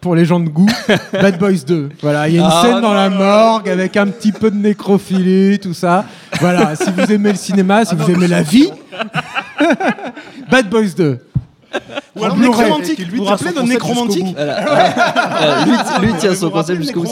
pour les gens de goût, Bad Boys 2. Voilà, il y a une Ah, scène dans non, la non, morgue avec un petit peu de nécrophilie, tout ça. Voilà, si vous aimez le cinéma, si vous aimez la vie, Bad Boys 2. Ou alors Blu-ray. Nécromantique. Et qui, lui, Vous vous tient rappelez son de concept jusqu'au Nécromantique Voilà. Euh, lui, lui tient son Vous vous rappelez concept jusqu'au bout.